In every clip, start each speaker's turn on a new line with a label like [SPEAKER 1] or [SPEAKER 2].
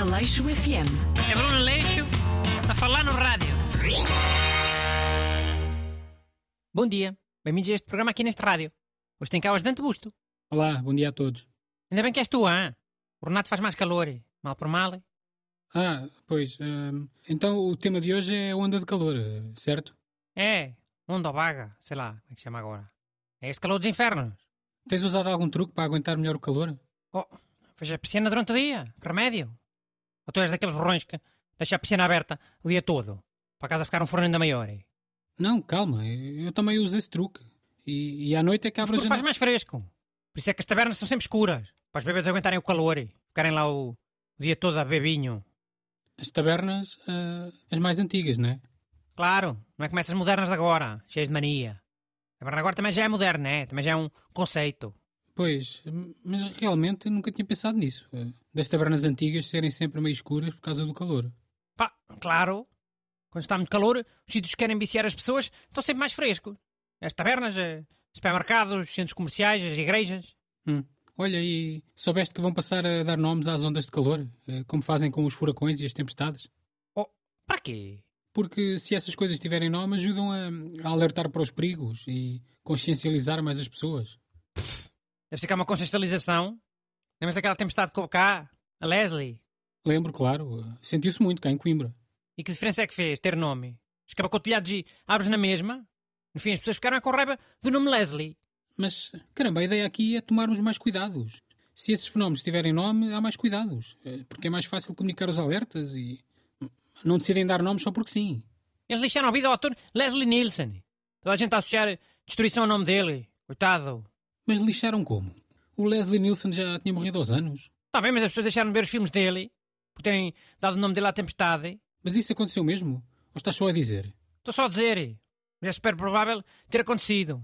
[SPEAKER 1] Aleixo FM.
[SPEAKER 2] É Bruno Leixo a falar no rádio. Bom dia, bem-vindos a este programa aqui neste rádio. Hoje tem cá o ajudante Busto.
[SPEAKER 3] Olá, bom dia a todos.
[SPEAKER 2] Ainda bem que és tu, hã? O Renato faz mais calor. Mal por mal.
[SPEAKER 3] Ah, pois. hum, então o tema de hoje é onda de calor, eh, certo?
[SPEAKER 2] É, onda ou vaga, sei lá como é que se chama agora. É este calor dos infernos.
[SPEAKER 3] Tens usado algum truque para aguentar melhor o calor?
[SPEAKER 2] Oh, fecha a piscina durante o dia, remédio. Ou tu és daqueles borrões que deixa a piscina aberta o dia todo, para casa ficar um forno ainda maior. eh?
[SPEAKER 3] Não, calma, eu eu também uso esse truque. E, e à noite é que abro a
[SPEAKER 2] Escuro faz
[SPEAKER 3] janela.
[SPEAKER 2] mais fresco. Por isso é que as tabernas são sempre escuras. Para os bebês aguentarem o calor e ficarem lá o, o dia todo a bebinho.
[SPEAKER 3] As tabernas, ah, as mais antigas, né?
[SPEAKER 2] Claro, não é como essas modernas de agora, cheias de mania. A taberna agora também já é moderna, é? Também já é um conceito.
[SPEAKER 3] Pois, hum, mas realmente eu nunca tinha pensado nisso. eh, Das tabernas antigas serem sempre meio escuras por causa do calor.
[SPEAKER 2] Pá, claro. Quando está muito calor, os sítios que querem viciar as pessoas estão sempre mais frescos. As tabernas, eh, supermercados, centros comerciais, as igrejas.
[SPEAKER 3] Hum. Olha, e soubeste que vão passar a dar nomes às ondas de calor, eh, como fazem com os furacões e as tempestades?
[SPEAKER 2] Oh, Para quê?
[SPEAKER 3] Porque se essas coisas tiverem nome, ajudam a, a alertar para os perigos e consciencializar mais as pessoas.
[SPEAKER 2] Deve ser que há uma consciencialização. Lembras daquela tempestade que houve cá? A Leslie.
[SPEAKER 3] Lembro, claro, eh, sentiu-se muito cá em Coimbra.
[SPEAKER 2] E que diferença é que fez ter nome? Escapa com telhados e abres na mesma? No fim, as pessoas ficaram com raiva do nome Leslie.
[SPEAKER 3] Mas, caramba, a ideia aqui é tomarmos mais cuidados. Se esses fenómenos tiverem nome, há mais cuidados, eh, porque é mais fácil comunicar os alertas e hum, não decidem dar nomes só porque sim.
[SPEAKER 2] Eles deixaram a vida ao ator Leslie Nielsen. Toda a gente a associar destruição ao nome dele. Coitado.
[SPEAKER 3] Mas lixaram como? O Leslie Nielsen já tinha morrido aos anos.
[SPEAKER 2] Está Tá bem, mas as pessoas deixaram de ver os filmes dele por terem dado o nome dele à tempestade.
[SPEAKER 3] Mas isso aconteceu mesmo? Ou estás só a dizer?
[SPEAKER 2] Estou só a dizer. Mas é super provável ter acontecido.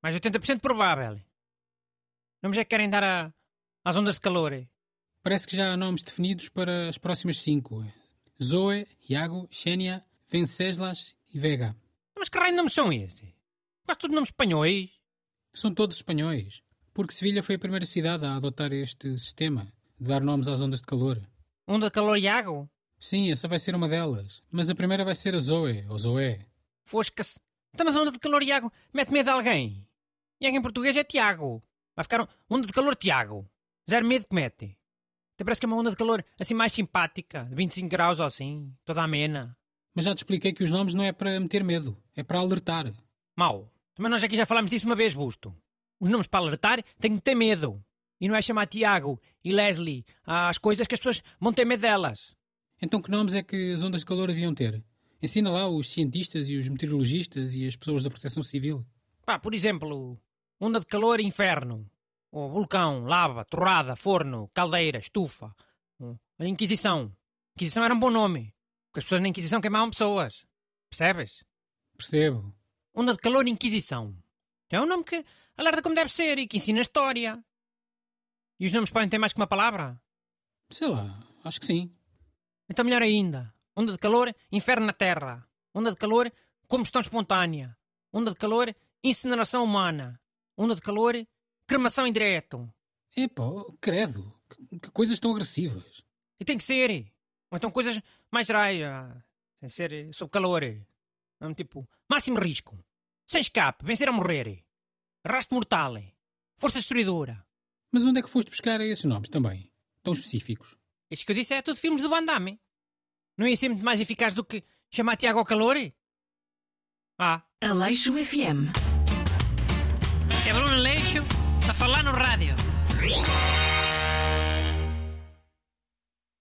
[SPEAKER 2] Mais 80% provável. Nomes é que querem dar a- às ondas de calor.
[SPEAKER 3] Parece que já há nomes definidos para as próximas cinco. Zoe, Iago, Xenia, Venceslas e Vega.
[SPEAKER 2] Mas que raio de nomes são estes? Quase tudo nomes espanhóis.
[SPEAKER 3] São todos espanhóis, porque Sevilha foi a primeira cidade a adotar este sistema de dar nomes às ondas de calor.
[SPEAKER 2] Onda de calor e água.
[SPEAKER 3] Sim, essa vai ser uma delas, mas a primeira vai ser a Zoe, ou Zoé.
[SPEAKER 2] Fosca-se. Então, mas a onda de calor Iago mete medo a alguém. Iago em português é Tiago. Vai ficar um- onda de calor Tiago. Zero medo que mete. Até parece que é uma onda de calor assim mais simpática, de 25 graus ou assim, toda amena.
[SPEAKER 3] Mas já te expliquei que os nomes não é para meter medo, é para alertar.
[SPEAKER 2] Mau. Mas nós aqui já falámos disso uma vez, Busto. Os nomes para alertar têm que ter medo. E não é chamar Tiago e Leslie às coisas que as pessoas vão ter medo delas.
[SPEAKER 3] Então que nomes é que as ondas de calor deviam ter? Ensina lá os cientistas e os meteorologistas e as pessoas da proteção civil.
[SPEAKER 2] Pá, por exemplo, onda de calor inferno, ou vulcão, lava, torrada, forno, caldeira, estufa, ou Inquisição. Inquisição era um bom nome, porque as pessoas na Inquisição queimavam pessoas. Percebes?
[SPEAKER 3] Percebo.
[SPEAKER 2] Onda de calor Inquisição. É um nome que alerta como deve ser e que ensina história. E os nomes podem ter mais que uma palavra?
[SPEAKER 3] Sei lá, acho que sim.
[SPEAKER 2] Então melhor ainda. Onda de calor, inferno na terra. Onda de calor, combustão espontânea. Onda de calor, incineração humana. Onda de calor, cremação em direto.
[SPEAKER 3] Epá, credo, que, que coisas tão agressivas.
[SPEAKER 2] E tem que ser. Ou então coisas mais gerais. ah, Sem ser eh, sob calor. Mesmo tipo, máximo risco. Sem escape, vencer a morrer. Arrasto mortal. eh. Força destruidora.
[SPEAKER 3] Mas onde é que foste buscar esses nomes também? Tão específicos.
[SPEAKER 2] Isto que eu disse é tudo filmes do Bandame. Não ia ser muito mais eficaz do que chamar Tiago ao calor? eh? Ah,
[SPEAKER 1] Aleixo FM.
[SPEAKER 2] É Bruno Leixo a falar no rádio.